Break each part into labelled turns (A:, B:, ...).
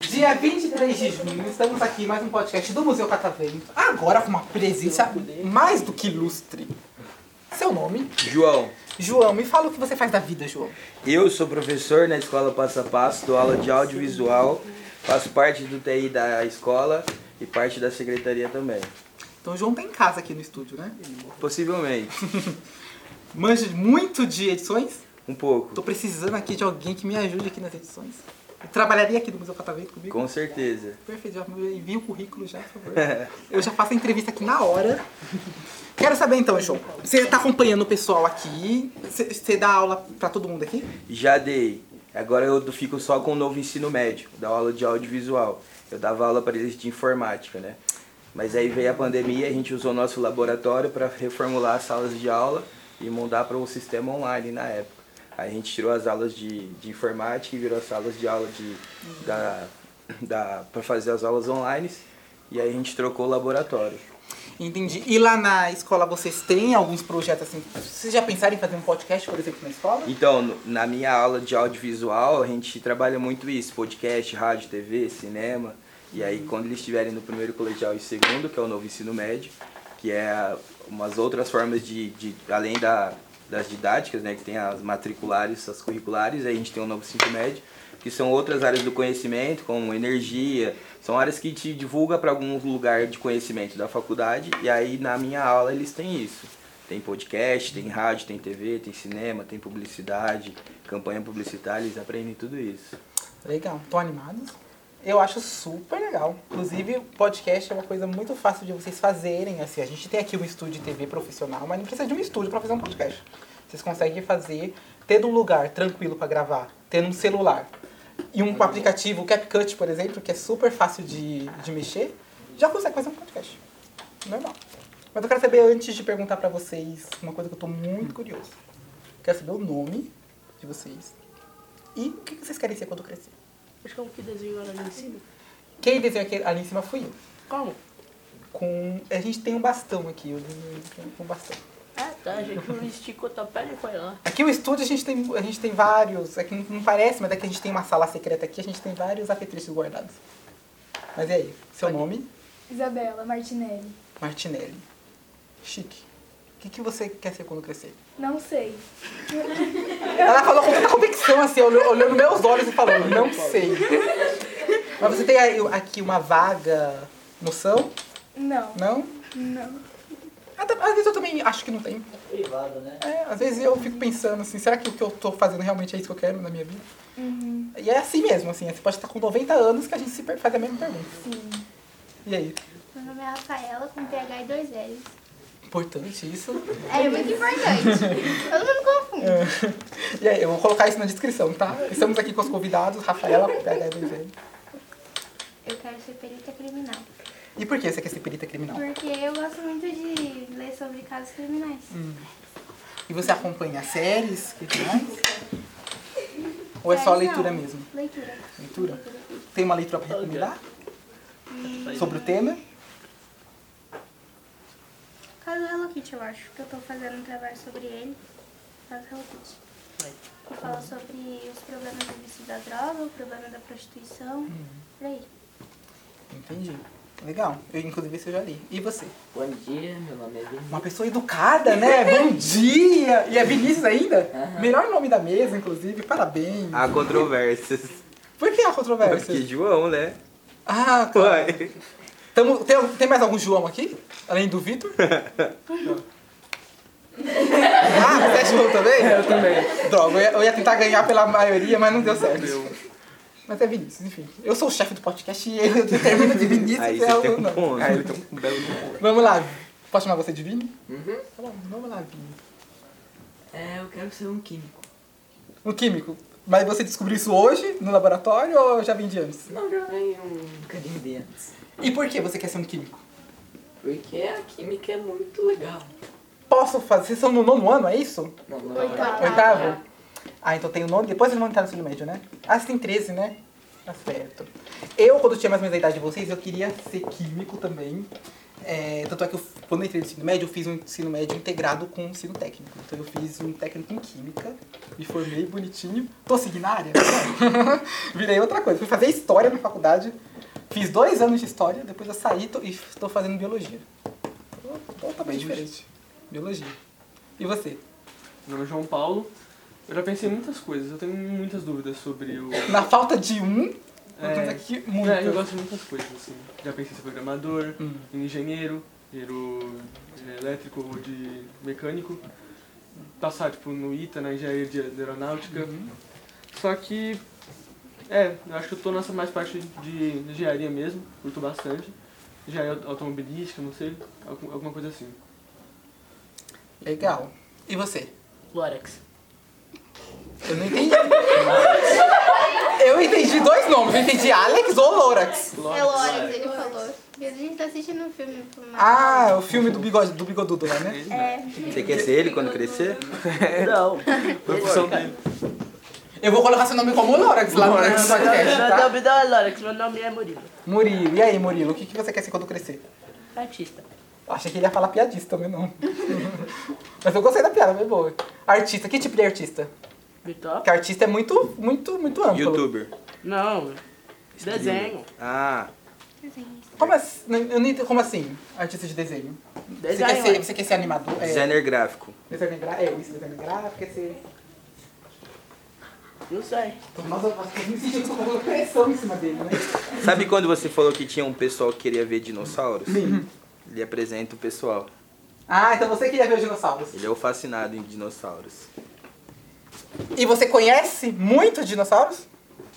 A: Dia 23 de junho, estamos aqui mais um podcast do Museu Catavento. Agora com uma presença mais do que ilustre. Seu nome?
B: João,
A: João, me fala o que você faz da vida, João.
B: eu sou professor na escola Passo a Passo, dou aula de audiovisual, faço parte do TI da escola e parte da secretaria também.
A: Então, o João tá em casa aqui no estúdio, né?
B: Possivelmente,
A: Manja muito de edições?
B: um
A: Tô
B: pouco,
A: precisando aqui de alguém que me ajude aqui nas edições. Trabalharia aqui no Museu Catavento comigo?
B: com certeza.
A: Perfeito, já me envia o currículo já, por favor. Eu já faço a entrevista aqui na hora. Quero saber então, João. Você tá acompanhando o pessoal aqui? Você- Você dá aula pra todo mundo aqui?
B: Já dei, agora eu fico só com o novo ensino médio, dou aula de audiovisual. Eu dava aula para eles de informática, né? Mas aí veio a pandemia, a gente usou nosso laboratório para reformular as salas de aula e mudar para um sistema online na época. Aí a gente tirou as aulas de, de informática e virou as salas de aula de, da, da, para fazer as aulas online. E aí a gente trocou o laboratório.
A: Entendi. E lá na escola vocês têm alguns projetos assim? Vocês já pensaram em fazer um podcast, por exemplo, na escola?
B: Então, no- na minha aula de audiovisual, a gente trabalha muito isso, podcast, rádio, TV, cinema. E aí, quando eles estiverem no primeiro colegial e segundo, que é o novo ensino médio, que é a- umas outras formas de, de além da, das didáticas, né, que tem as matriculares, as curriculares, aí a gente tem o novo ensino médio, que são outras áreas do conhecimento, como energia, são áreas que te divulga para algum lugar de conhecimento da faculdade, e aí na minha aula eles têm isso. Tem podcast, tem rádio, tem TV, tem cinema, tem publicidade, campanha publicitária, eles aprendem tudo isso.
A: Legal. Estão animados? Eu acho super legal. Inclusive, podcast é uma coisa muito fácil de vocês fazerem. Assim, a gente tem aqui um estúdio de TV profissional, mas não precisa de um estúdio para fazer um podcast. Vocês conseguem fazer tendo um lugar tranquilo para gravar, tendo um celular e um aplicativo, o CapCut, por exemplo, que é super fácil de, de mexer, já consegue fazer um podcast. Normal. Mas eu quero saber, antes de perguntar para vocês, uma coisa que eu tô muito curioso. Quero saber o nome de vocês e o que vocês querem ser quando crescer.
C: Acho que é um que desenhou ela ali em cima.
A: Quem desenhou aqui, ali em cima fui eu.
C: Como?
A: Com... A gente tem um bastão aqui, eu desenhei com- com um bastão.
C: Ah, tá. A gente não esticou tua pele e foi lá.
A: Aqui o estúdio a gente tem, a gente tem vários, aqui não- não parece, mas é que a gente tem uma sala secreta aqui, a gente tem vários apetrechos guardados. Mas e aí, seu nome?
D: Isabela Martinelli.
A: Martinelli. Chique. O que, que você quer ser quando crescer?
D: Não sei.
A: Ela falou com tanta convicção, assim, olhou, olhou nos meus olhos e falou, não sei. Mas você tem aí aqui uma vaga noção?
D: Não.
A: Não?
D: Não.
A: Até- Às vezes eu também acho que não tem.
E: privado, né?
A: É, às vezes eu fico pensando assim, será que o que eu tô fazendo realmente é isso que eu quero na minha vida?
F: Uhum.
A: E é assim mesmo, assim, você pode estar com 90 anos que a gente se per- faz a mesma pergunta. E aí?
F: Meu nome é Rafaela, com PH e dois L's.
A: Importante isso. É.
F: É muito importante. Todo mundo confunde.
A: E aí, eu vou colocar isso na descrição, tá? Estamos aqui com os convidados, Rafaela, com PH e dois L.
F: Eu quero ser perita criminal.
A: E por que você quer ser perita criminal?
F: Porque eu gosto muito de ler sobre casos criminais.
A: E você acompanha séries? O que que mais? Ou é só
F: Séries,
A: leitura
F: não.
A: mesmo?
F: Leitura.
A: Leitura? Tem uma leitura pra recomendar? Sobre o tema?
F: Caso Hello Kitty, eu acho que eu tô fazendo um trabalho sobre ele. Caso Hello Kitty. Que fala sobre os problemas do vício da droga, o problema da prostituição. Por aí.
A: Entendi. Legal. Eu, inclusive, esse eu já li. E você?
E: Bom dia, meu nome é Vinícius.
A: Uma pessoa educada, né? Bom dia! E é Vinícius ainda? Melhor nome da mesa, inclusive. Parabéns.
B: Há controvérsias.
A: Por que a
B: Porque
A: controvérsia?
B: João, né?
A: Ah, claro.
B: Uai.
A: Tamo- tem, tem mais algum João aqui? Além do Vitor? ah, você é João também? Eu também. Droga, eu ia, eu ia tentar ganhar pela maioria, mas não deu certo. Mas é Vinícius, enfim. Eu sou o chefe do podcast e eu determino de Vinícius.
B: Aí
A: é
B: você
A: o
B: tem um
A: nome.
B: ponto.
A: Aí ele tem
B: um belo ponto.
A: Vamos lá. Posso chamar você de Vini? Uhum. Tá bom, vamos lá, Vini.
E: É, eu quero ser um químico.
A: Um químico. Mas você descobriu isso hoje no laboratório ou já vem de antes?
E: Não, já vem um bocadinho de antes.
A: E por que você quer ser um químico?
E: Porque a química é muito legal.
A: Posso fazer? Vocês são no nono ano, é isso?
E: Não, não,
A: Oitavo? Ah, então tem o nono, depois eles vão entrar no ensino médio, né? Ah, você tem 13, né? Tá certo. Eu, quando tinha mais ou menos a idade de vocês, eu queria ser químico também. É, tanto é que eu, quando eu entrei no ensino médio, eu fiz um ensino médio integrado com o ensino técnico. Então eu fiz um técnico em química, me formei bonitinho. Tô seguindo a área? Não. Virei outra coisa. Fui fazer história na faculdade. Fiz dois anos de história, depois eu saí tô- e estou fazendo biologia. Tô- Totalmente diferente. Biologia. E você?
G: Meu nome é João Paulo. Eu já pensei em muitas coisas, eu tenho muitas dúvidas sobre o.
A: Na falta de um, nós temos
G: É,
A: aqui muito.
G: É, eu gosto de muitas coisas, assim. Já pensei em ser programador,
A: Hum.
G: em engenheiro, engenheiro é, elétrico ou de mecânico. Passar, tipo, no ITA, na engenharia de de aeronáutica. Só que. É, eu acho que eu tô nessa mais parte de engenharia mesmo, curto bastante. Engenharia aut- automobilística, não sei, algum- alguma coisa assim.
A: Legal. E você?
C: Lorex.
A: Eu não entendi. eu entendi dois nomes. Eu entendi Alex ou Lorax.
F: É Lorex, ele falou. Porque a gente tá assistindo um filme por uma
A: Ah, o filme do, bigode, do bigodudo lá, né?
F: É.
B: Você quer ser ele quando crescer?
C: Não.
B: Profissão dele.
A: Eu vou colocar seu nome como Lorax lá no podcast,
C: Meu
A: tá?
C: nome não é Lorex, meu nome é Murilo. É
A: Murilo, e aí, Murilo? O que, que você quer ser quando crescer?
C: Artista.
A: Achei que ele ia falar piadista, mas não. mas eu gostei da piada, foi boa. Artista, que tipo de artista?
C: Vitor?
A: Porque artista é muito, muito, muito amplo.
B: Youtuber.
C: Não. Desenho.
B: Ah,
A: Como, assim, eu não entendo- como assim, artista de desenho? Você quer,
C: Desenho.
A: ser,
C: é.
A: você quer ser animador? É,
B: designer gráfico.
A: design gra- é, isso, design gráfico, quer ser...
C: é. Não sei.
A: Nossa, eu me sentindo com uma pressão em cima dele, né?
B: Sabe quando você falou que tinha um pessoal que queria ver dinossauros? Sim. Ele apresenta o pessoal.
A: Ah, então você queria ver os dinossauros.
B: Ele é o fascinado em dinossauros.
A: E você conhece muito dinossauros?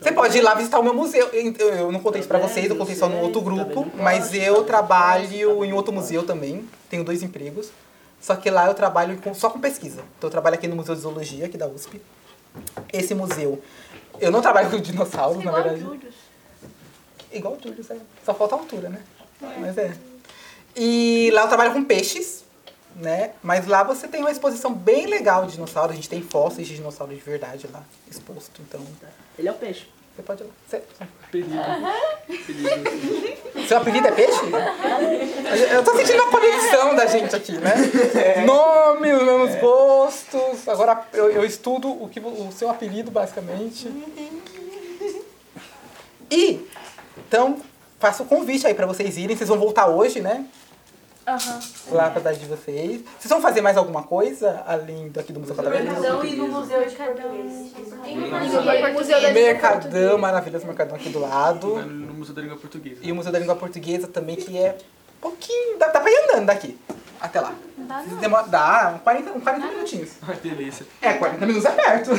A: Você pode ir lá visitar o meu museu. Eu- Eu eu não contei isso pra
C: Também,
A: vocês, eu
C: não
A: contei só num
C: sei,
A: outro
C: também
A: grupo.
C: não
A: Mas
C: posso,
A: eu
C: também não
A: trabalho
C: posso,
A: em outro
C: também não
A: museu também. Tenho dois empregos. Só que lá eu trabalho com- só com pesquisa. Então eu trabalho aqui no Museu de Zoologia, aqui da USP. Esse museu. Eu não trabalho com dinossauros, na
F: é Igual o
A: verdade.
F: Júlio.
A: Igual o Júlio, é. Só falta a altura, né? Mas é. E lá eu trabalho com peixes, né? Mas lá você tem uma exposição bem legal de dinossauros. A gente tem fósseis de dinossauros de verdade lá exposto. Então,
C: Ele é o peixe.
A: você pode ir lá. Você-
G: Perigo. Perigo.
A: Seu apelido é peixe? Eu tô sentindo a conexão da gente aqui, né? Nome, os mesmos gostos. Agora eu, eu estudo o, que, vo- o seu apelido, basicamente. E, então, faço o convite aí pra vocês irem. Vocês vão voltar hoje, né?
D: Aham.
A: Lá pra cidade de vocês. Vocês vão fazer mais alguma coisa além daqui do Museu Catavento?
H: Então, e no museu de português.
F: um
D: Museu da
A: Mercadão, maravilhoso mercadão aqui do lado.
G: Vai No Museu da Língua Portuguesa.
A: E o Museu da Língua Portuguesa também, que é pouquinho. Dá, dá pra ir andando daqui até lá.
F: Dá não.
A: Demora, dá um uns 40, uns 40 minutinhos.
G: Ai, delícia.
A: É, 40 minutos é perto.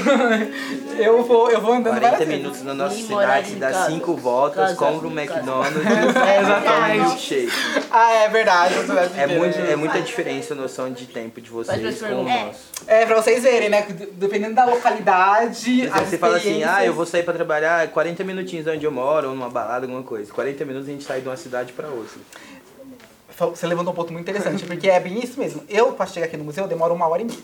A: eu, vou, eu vou andando
B: 40
A: várias
B: minutos na nossa
C: Vim morar
B: cidade,
C: em
B: dá
C: casa.
B: 5 voltas,
C: Casa,
B: compra um
C: casa.
B: McDonald's.
A: É, exatamente.
B: toma um shake.
A: vezes. Ah, é verdade. eu sou brasileiro.
B: É, muito, é muita diferença a noção de tempo de vocês
C: Faz
B: com
C: mais
B: o
C: perguntas.
B: nosso.
A: É, pra vocês verem, né? que de- Dependendo da localidade.
B: Mas aí
A: as
B: você fala assim, ah, eu
A: experiências-
B: vou sair pra trabalhar 40 minutinhos onde eu moro, ou numa balada, alguma coisa. 40 minutos a gente sai de uma cidade pra outra.
A: Fal- Você levantou um ponto muito interessante, porque é bem isso mesmo. Eu, pra chegar aqui no museu, demoro uma hora e meia.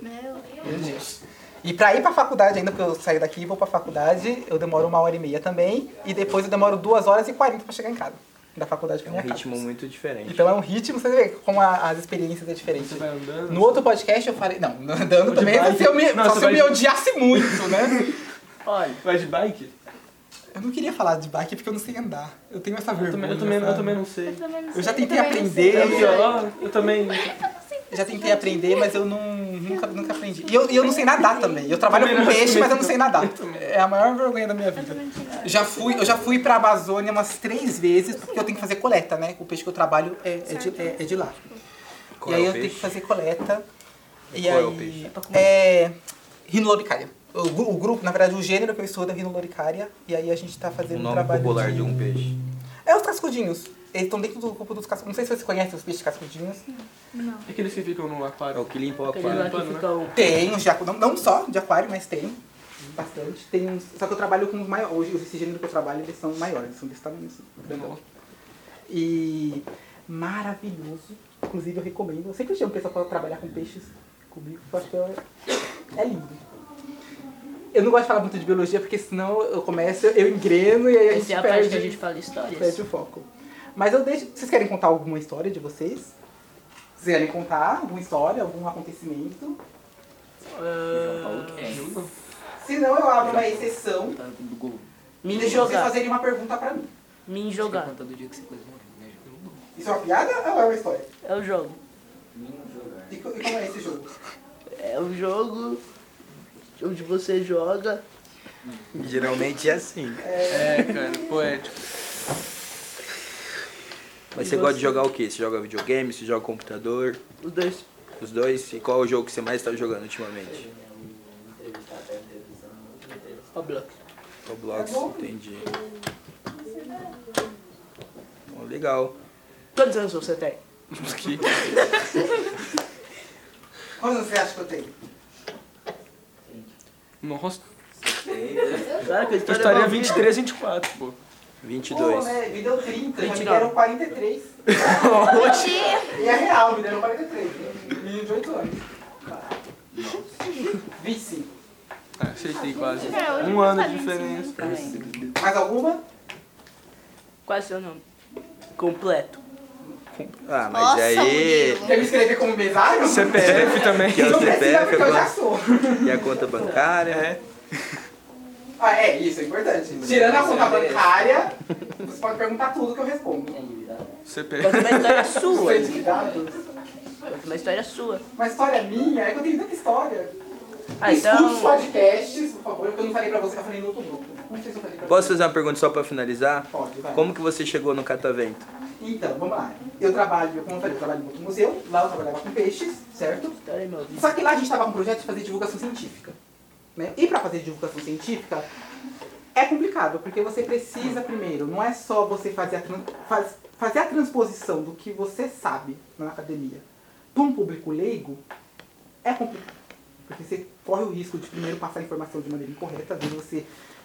F: Meu Deus.
A: Meu Deus. E pra ir pra faculdade, ainda que eu saio daqui e vou pra faculdade, eu demoro uma hora e meia também. E depois eu demoro duas horas e 40 pra chegar em casa. Da faculdade
B: É
A: pra
B: um
A: minha casa.
B: ritmo muito diferente.
A: Então é um ritmo, você vê como a- as experiências é diferente.
G: Você vai andando.
A: No outro podcast eu falei. Não, andando
G: de
A: também, só
G: bike.
A: se eu me,
G: Não,
A: só se
G: você
A: eu
G: vai
A: me
G: de-
A: odiasse muito, né?
C: Olha,
G: Vai de bike?
A: Eu não queria falar de bike porque eu não sei andar. Eu tenho essa
G: Eu também,
A: vergonha.
G: eu também, eu
A: sabe?
G: também não sei.
F: também não
A: Eu já
F: sei,
A: tentei
F: também não
A: aprender,
F: sei.
G: Eu, violão, eu também.
A: Já tentei aprender, mas eu não, nunca, nunca aprendi. E eu, e eu não sei nadar também. Eu trabalho
G: Também
A: com
G: não,
A: peixe,
G: também
A: mas eu não
G: não.
A: sei nadar.
G: Eu também.
A: É a maior vergonha da minha vida. Já fui, eu já fui pra Amazônia umas três vezes, porque eu tenho que fazer coleta, né? O peixe que eu trabalho é, é, de, é- é de lá.
B: Qual
A: e aí
B: é o
A: eu
B: peixe?
A: tenho que fazer coleta. E
B: Qual
A: aí,
B: é o peixe?
A: É. Rinoloricaria. O, gru- o grupo, na verdade, o gênero que eu estudo é Rinoloricaria. E aí a gente tá
B: O
A: fazendo um
B: nome
A: trabalho.
B: popular de um peixe.
A: É os cascudinhos. Eles estão dentro do grupo dos cascudinhos. Não sei se vocês conhecem os peixes cascudinhos.
D: Não.
G: Aqueles que ficam no
B: É o
G: aquário.
B: que limpa o
C: aquele
B: aquário.
C: lá que fica o...
A: Tem os de aquário, não, não só de aquário, mas tem bastante. Tem uns, só que eu trabalho com os maiores. Hoje, esse gênero que eu trabalho, eles são maiores, são desse tamanho assim, grandão. E maravilhoso. Inclusive, eu recomendo. Eu sempre chamo o pessoal para trabalhar com peixes comigo, porque eu acho que é, é lindo. Eu não gosto de falar muito de biologia, porque senão eu começo, eu engreno e aí a gente
C: Essa é a
A: perde,
C: parte que a gente fala histórias.
A: perde o foco. Mas eu deixo. Vocês querem contar alguma história de vocês? Vocês querem contar alguma história, algum acontecimento?
E: Ah, É. Tá,
A: Se não, eu abro uma exceção
E: Do gol.
A: e
C: Me
A: deixo vocês
C: jogar.
A: fazerem uma pergunta pra mim.
C: Me
E: Jogar.
C: jogar.
E: Conta do dia que você coisa. né?
A: Isso é uma piada ou é uma história?
C: É o jogo.
A: E, co- e como é esse jogo?
C: É o jogo onde você joga.
B: Geralmente é assim.
G: É, cara, poético.
B: Mas
C: E
B: você gosta de
C: você?
B: jogar o quê? Você joga videogame, você joga computador,
C: Os dois.
B: os dois? E qual é o jogo que você mais tá jogando ultimamente?
E: tá
C: Roblox.
B: Roblox, entendi. Bom, legal.
C: Quantos anos você tem?
B: Que-
A: Quantos você acha que eu tenho?
G: Nossa, Tá
C: Cara, que a
G: eu
C: história é
G: estaria
C: uma vida.
G: 23, 24, pô.
B: 22.
A: Pô, né? Me deu 30, já me
C: 29.
A: deram 43. E é real, me deram 43. Menino de 8 anos. 25.
G: Ah, acertei quase.
F: É, hoje
G: Um
F: eu
G: ano
F: falei
G: de
F: isso, né?
G: diferença.
A: Mais alguma?
C: Qual é seu nome? Completo.
B: Ah, mas
I: Nossa,
B: aí.
I: Murilo.
A: Quer me escrever como mesário?
G: CPF também.
B: Que é
A: Não
B: o
A: precisa
B: CPF,
A: porque eu já
B: agora-
A: sou.
B: e a conta bancária, né?
A: Ah, é, isso é importante. Tirando a conta bancária, você pode perguntar tudo que eu respondo.
G: CPF.
C: Conta é uma história sua.
A: Banco de dados.
C: Conta uma história sua.
A: Uma história minha, é que eu tenho tanta história.
C: Ah,
A: Escute os
C: então.
A: podcasts, por favor, que eu não falei pra você, que eu falei no outro grupo. Como vocês não falei pra
B: Posso
A: você?
B: fazer uma pergunta só pra finalizar?
A: Pode, vai.
B: Como que você chegou no Catavento?
A: Então, vamos lá. Eu trabalho, como eu falei, eu trabalho no outro museu. Lá eu trabalhava com peixes, certo?
C: História é meu vida.
A: Só que lá a gente estava com um projeto de fazer divulgação científica. né? E para fazer divulgação científica é complicado, porque você precisa primeiro, não é só você fazer a, tran- faz- fazer a transposição do que você sabe na academia para um público leigo, é complicado. Porque você corre o risco de primeiro passar a informação de maneira incorreta, às vezes você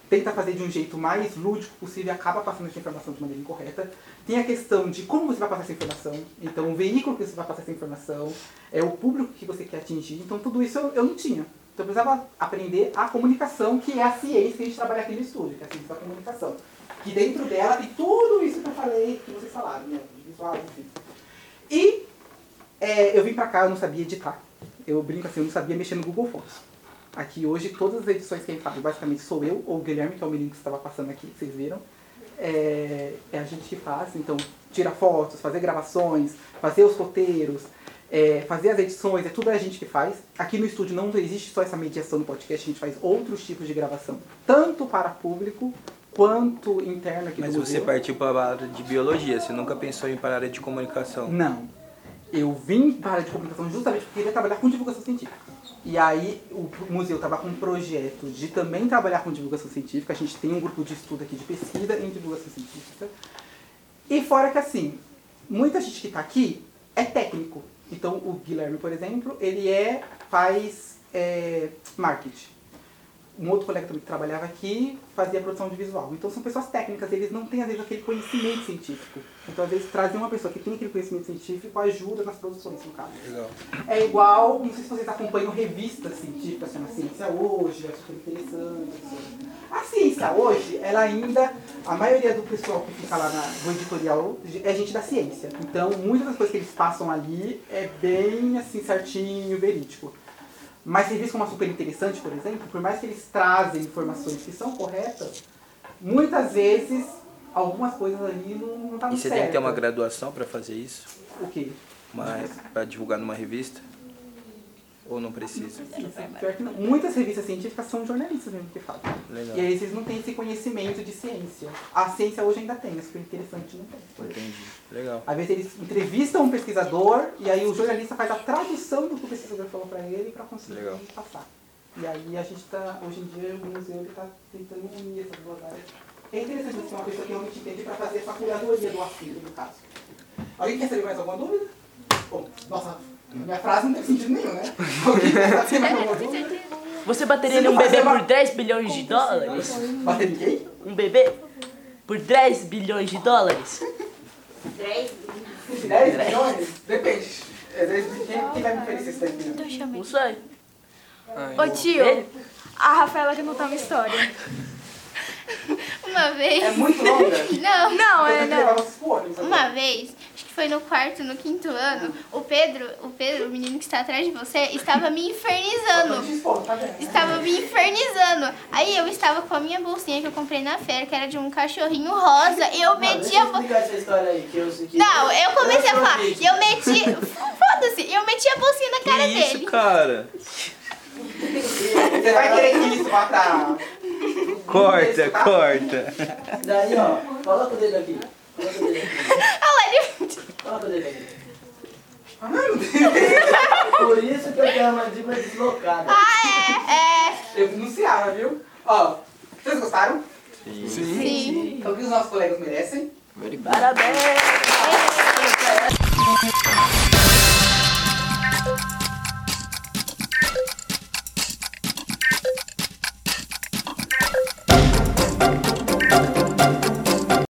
A: tenta fazer de um jeito mais lúdico possível e acaba passando essa informação de maneira incorreta. Tem a questão de como você vai passar essa informação, então o veículo que você vai passar essa informação, é o público que você quer atingir, então tudo isso eu, eu não tinha. Então eu precisava aprender a comunicação, que é a ciência que a gente trabalha aqui no estúdio, que é a ciência da comunicação. Que dentro dela tem tudo isso que eu falei, que vocês falaram, né? Visual, enfim. E é, eu vim pra cá, eu não sabia editar. Eu brinco assim, eu não sabia mexer no Google Fotos. Aqui hoje, todas as edições que a gente faz, basicamente sou eu, ou o Guilherme, que é o menino que estava passando aqui, que vocês viram. É, é a gente que faz, então, tira fotos, fazer gravações, fazer os roteiros, é, fazer as edições, é tudo a gente que faz. Aqui no estúdio não existe só essa mediação no podcast, a gente faz outros tipos de gravação, tanto para público quanto interno aqui
B: Mas
A: do
B: você
A: museu.
B: partiu para a área de biologia, você nunca pensou em ir para a área de comunicação.
A: Não. Eu vim para a área de comunicação justamente porque queria trabalhar com divulgação científica. E aí o museu estava com um projeto de também trabalhar com divulgação científica. A gente tem um grupo de estudo aqui de pesquisa em divulgação científica. E fora que assim, muita gente que está aqui é técnico. Então o Guilherme, por exemplo, ele é, faz é, marketing. Um outro colega também que trabalhava aqui fazia produção de visual. Então são pessoas técnicas, eles não têm às vezes aquele conhecimento científico. Então às vezes trazer uma pessoa que tem aquele conhecimento científico ajuda nas produções, no caso.
B: Legal.
A: É igual, não sei se vocês acompanham revistas assim, científicas, chama Ciência Hoje, é super interessante. assim. A ciência hoje, ela ainda, a maioria do pessoal que fica lá na, no editorial é gente da ciência. Então, muitas das coisas que eles passam ali é bem assim, certinho, verídico. Mas revistas como a Super Interessante, por exemplo, por mais que eles trazem informações que são corretas, muitas vezes algumas coisas ali não, não tá
B: E
A: muito
B: você tem que ter uma
A: certa.
B: graduação para fazer isso?
A: O quê?
B: Para divulgar numa revista? Ou não precisa?
A: Pior que não. Muitas revistas científicas são jornalistas mesmo que fazem.
B: Legal.
A: E aí vocês não têm esse conhecimento de ciência. A ciência hoje ainda tem, é super interessante, não tem.
B: Entendi. Legal.
A: Às vezes eles entrevistam um pesquisador e aí o jornalista faz a tradução do que o pesquisador falou pra ele pra conseguir
B: Legal.
A: passar. E aí a gente tá, hoje em dia, o museu ele tá tentando unir essas duas áreas. É interessante você ter uma pessoa que realmente entende pra fazer essa curadoria do arquivo, no caso. Alguém quer saber mais alguma dúvida? Bom, nossa, minha frase não teve sentido nenhum, né? Alguém quer saber mais alguma dúvida?
C: Você bateria
A: Você
C: num
A: não
C: bebê
A: fazia
C: por
A: uma-
C: 10 bilhões de dólares?
A: Bateria aí?
C: Um bebê por 10 bilhões de dólares?
A: 10 milhões? Depende. É, desde- Quem, quem vai me oferecer esses 10 milhões?
D: Então chama
C: Não
D: ele.
C: sei.
D: Ô tio, a Rafaela que não tá uma história.
F: Uma vez.
E: É muito longa.
F: Não, não, é não.
A: Uma
F: Uma vez, acho que foi no quarto, no quinto ano, o Pedro, o Pedro, o menino que está atrás de você, estava me infernizando.
A: tá
F: Estava me infernizando. Aí eu estava com a minha bolsinha que eu comprei na feira, que era de um cachorrinho rosa, e eu meti a
E: Deixa eu
F: bolsa.
E: explicar essa história aí, que eu sei que...
F: Não, eu comecei a
E: Eu
F: falar,
E: vi.
F: e eu meti. Foda-se, eu meti a bolsinha na cara
B: que isso,
F: dele.
B: cara?
A: Você vai querer que isso vá pra...
B: Corta, corta.
E: Daí, ó, coloca o dedo aqui. Coloca o dedo aqui.
F: Olha lá, ele.
E: Coloca o dedo aqui. Por isso que eu tenho a mandíbula deslocada.
F: Ah,
A: Denunciar, viu? Ó, vocês gostaram?
B: Sim.
F: é, é. Sim.
A: É o que os nossos colegas merecem.
E: Parabéns!